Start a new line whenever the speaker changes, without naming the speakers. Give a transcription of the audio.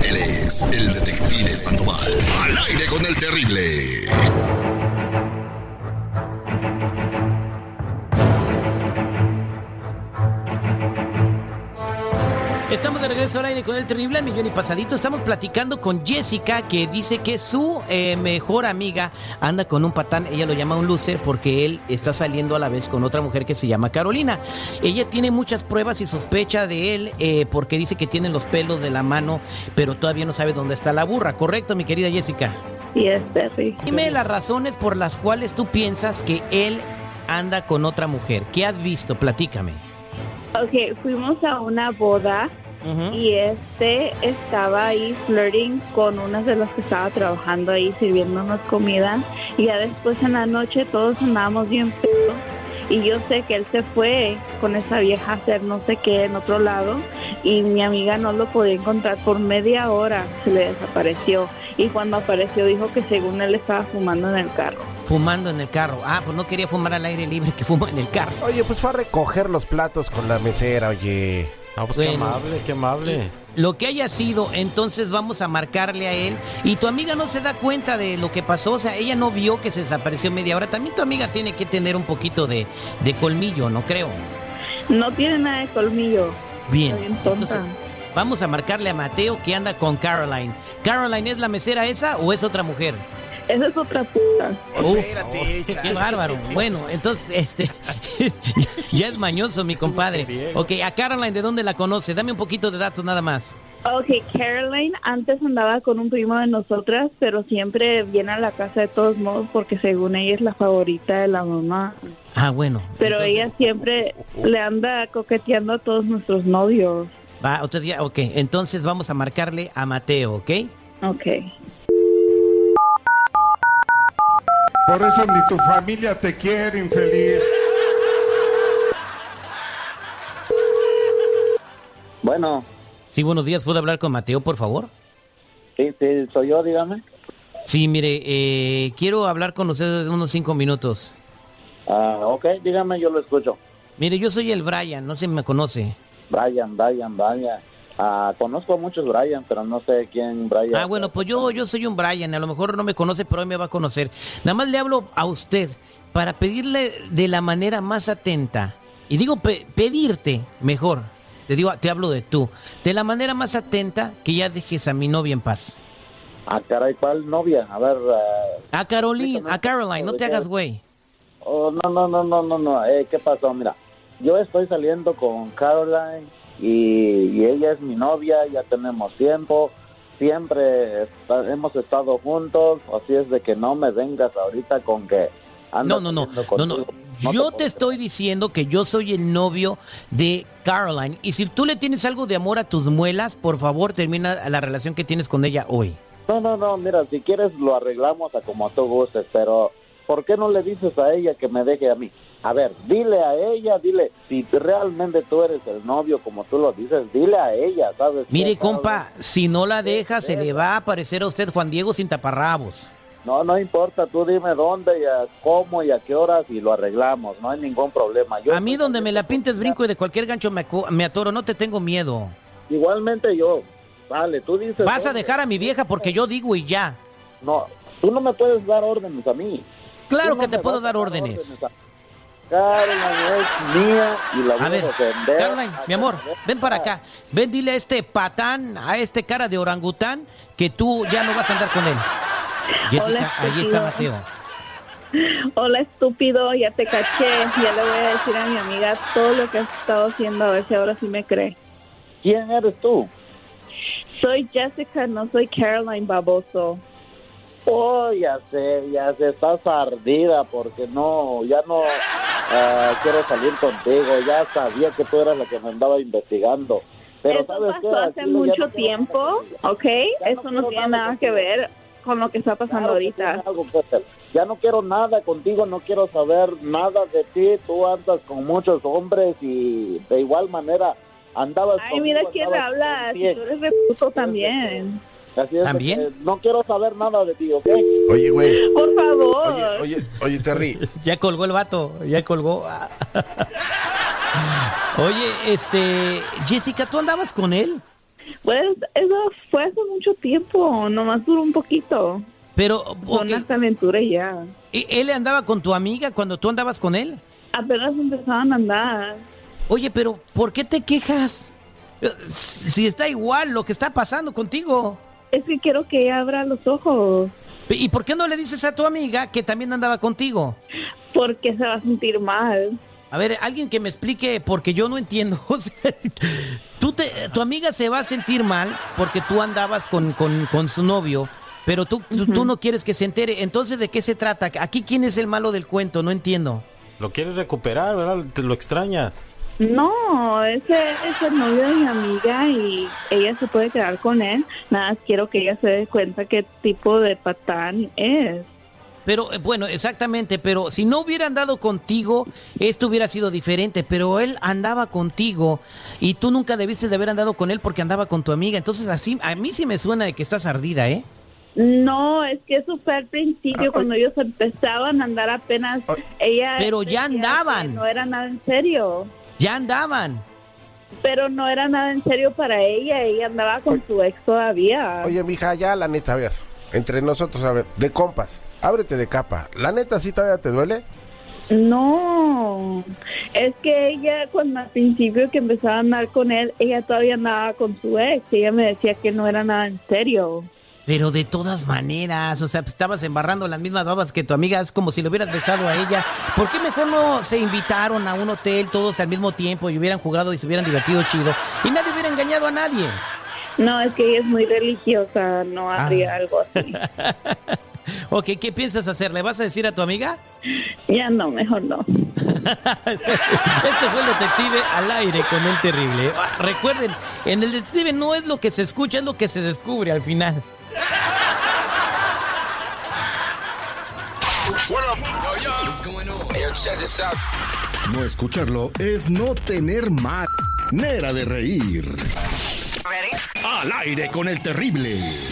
Williams, el detective Sandoval. Al aire con el terrible.
Estamos de regreso al aire con el terrible al millón y pasadito. Estamos platicando con Jessica que dice que su eh, mejor amiga anda con un patán. Ella lo llama un luce porque él está saliendo a la vez con otra mujer que se llama Carolina. Ella tiene muchas pruebas y sospecha de él eh, porque dice que tiene los pelos de la mano, pero todavía no sabe dónde está la burra. ¿Correcto, mi querida Jessica?
este, Sí, es Terry.
Dime las razones por las cuales tú piensas que él anda con otra mujer. ¿Qué has visto? Platícame.
Ok, fuimos a una boda
Ujú.
y este estaba ahí flirting con unas de las que estaba trabajando ahí sirviéndonos comida y ya después en la noche todos andábamos bien pedos y yo sé que él se fue con esa vieja a hacer no sé qué en otro lado y mi amiga no lo podía encontrar por media hora, se le desapareció y cuando apareció dijo que según él estaba fumando en el carro.
Fumando en el carro. Ah, pues no quería fumar al aire libre que fuma en el carro.
Oye, pues fue a recoger los platos con la mesera, oye.
Ah, pues qué
Bueno.
amable, qué amable.
Lo que haya sido, entonces vamos a marcarle a él. Y tu amiga no se da cuenta de lo que pasó, o sea, ella no vio que se desapareció media hora. También tu amiga tiene que tener un poquito de, de colmillo, no creo.
No tiene nada de colmillo.
Bien.
Está bien tonta.
vamos a marcarle a Mateo que anda con Caroline. ¿Caroline es la mesera esa o es otra mujer?
Esa es otra puta.
Uf.
Espérate,
Qué bárbaro. Bueno, entonces, este, ya es mañoso mi compadre. Ok, a Caroline, ¿de dónde la conoce? Dame un poquito de datos nada más.
Ok, Caroline antes andaba con un primo de nosotras, pero siempre viene a la casa de todos modos porque según ella es la favorita de la mamá.
Ah, bueno.
Pero
entonces-
ella siempre le anda coqueteando a todos nuestros novios.
Va, entonces ya, ok, entonces vamos a marcarle a Mateo, ¿ok?
Ok.
Por eso ni tu familia te quiere, infeliz.
Bueno,
Sí, buenos días, ¿puedo hablar con Mateo, por favor?
sí, sí, soy yo, dígame.
Sí, mire, eh, quiero hablar con ustedes unos cinco minutos.
Ah, ok, dígame, yo lo escucho.
Mire, yo soy el Brian, no se me conoce.
Brian, Brian, Brian. Ah, conozco a muchos Brian, pero no sé quién Brian.
Ah, bueno, pues yo, yo soy un Brian, a lo mejor no me conoce, pero hoy me va a conocer. Nada más le hablo a usted para pedirle de la manera más atenta. Y digo pe- pedirte, mejor. Te digo, te hablo de tú. De la manera más atenta que ya dejes a mi novia en paz.
Ah, caray, ¿cuál novia? A ver, ah,
A Caroline, a Caroline, no te hagas güey.
oh, no, no, no, no, no, no. Eh, ¿Qué pasó? Mira, yo estoy saliendo con Caroline y, y ella es mi novia, ya tenemos tiempo. Siempre está- hemos estado juntos, así es de que no me vengas ahorita con que...
No,
andas
no, no,
saliendo
no, no.
contigo. No
Yo te
puedo
estoy diciendo que yo soy el novio de Caroline. Y si tú le tienes algo de amor a tus muelas, por favor, termina la relación que tienes con ella hoy.
No, no, no, mira, si quieres lo arreglamos a como tú gustes, pero ¿por qué no le dices a ella que me deje a mí? A ver, dile a ella, dile, si realmente tú eres el novio como tú lo dices, dile a ella, ¿sabes? qué,
Mire,
Carlos?
compa, si no la deja, se le va a aparecer a usted Juan Diego sin taparrabos.
No, no importa, tú dime dónde y a cómo y a qué horas y lo arreglamos, no hay ningún problema. Yo
A mí
estoy
donde me la
saliendo
pintes
con-
brinco y de cualquier gancho me, acu- me atoro, no te tengo miedo.
Igualmente yo, vale, tú dices...
Vas a
dónde.
dejar a mi vieja porque yo digo y ya.
No, tú no me puedes dar órdenes a mí.
Claro
Tú
que
no
te
me
puedo
vas a
dar órdenes.
a- Caroline es mía y la voy
A
a
ver,
defender.
Caroline,
a
mi amor,
defender.
ven para acá. Ven, dile a este patán, a este cara de orangután, que tú ya no vas a andar con él. Jessica, ahí está
estúpido.
Mateo.
Hola, estúpido, ya te caché. Ya le voy a decir a mi amiga todo lo que has estado haciendo, a ver si ahora sí me cree.
¿Quién eres tú?
Soy Jessica, no soy Caroline Baboso.
Oh, ya sé, ya sé, estás ardida porque no, ya no eh, quiero salir contigo. Ya sabía que tú eras la que me andaba investigando. Pero
Eso
¿sabes qué?
pasó hace
Aquí ya no
mucho
quiero nada
tiempo,
contigo.
¿ok?
no
Eso
quiero
no tiene
nada
nada que
contigo.
ver con lo que está pasando
Claro que
ahorita.
tienes algo que hacer. Ya no quiero nada contigo, no quiero saber nada de ti. Tú andas con muchos hombres y de igual manera andabas
Ay,
conmigo,
mira quién le
andabas
habla.
con
Si
cien.
tú eres reputo también.
Así es de
¿También?
que No quiero saber nada de ti, ¿ok?
Oye, güey.
Por favor.
Oye, oye, oye, Terry.
Ya colgó el vato, ya colgó. Oye, este, Jessica, ¿tú andabas con él?
Pues eso fue hace mucho tiempo, nomás duró un poquito.
Pero,
Son
ok,
hasta aventura y ya.
¿y ¿él andaba con tu amiga cuando tú andabas con él?
Apenas empezaban a andar.
Oye, pero ¿por qué te quejas? Eh, Si está igual lo que está pasando contigo.
Es que quiero que ella abra los ojos,
¿Y por qué no le dices a tu amiga que también andaba contigo?
porque se va a sentir mal.
A ver, alguien que me explique, porque yo no entiendo. O sea, tú te, tu amiga se va a sentir mal porque tú andabas con, con- con su novio, pero tú, tú- tú no quieres que se entere. Entonces, ¿de qué se trata? Aquí, ¿quién es el malo del cuento? No entiendo.
Lo quieres recuperar, ¿verdad? Te lo extrañas.
No, ese es el novio de mi amiga y ella se puede quedar con él. Nada, más quiero que ella se dé cuenta qué tipo de patán es.
Pero, eh, bueno, exactamente, pero si no hubiera andado contigo, esto hubiera sido diferente, pero él andaba contigo y tú nunca debiste de haber andado con él porque andaba con tu amiga. Entonces, así, a mí sí me suena de que estás ardida, ¿eh?
No, es que eso fue al principio, cuando ellos empezaban a andar apenas. ella
Pero ya
decía que
andaban.
No era nada en serio.
Ya andaban.
Pero no era nada en serio para ella. Ella andaba con su ex todavía.
Oye, mija, ya la neta, a ver, entre nosotros, a ver, de compas, ábrete de capa. La neta, ¿sí todavía te duele?
No, es que ella cuando al principio que empezaba a andar con él, ella todavía andaba con su ex, ella me decía que no era nada en serio.
Pero de todas maneras, o sea, pues, estabas embarrando las mismas babas que tu amiga, es como si lo hubieras besado a ella. ¿Por qué mejor no se invitaron a un hotel todos al mismo tiempo y hubieran jugado y se hubieran divertido chido? Y nadie hubiera engañado a nadie.
No, es que ella es muy religiosa, no
Ah.
haría algo así.
Ok, ¿qué piensas hacer? ¿Le vas a decir a tu amiga?
ya no, mejor no.
Este fue el detective al aire con el terrible. Ah, Recuerden, en el detective no es lo que se escucha, es lo que se descubre al final.
No escucharlo es no tener manera de reír. Al aire con el terrible.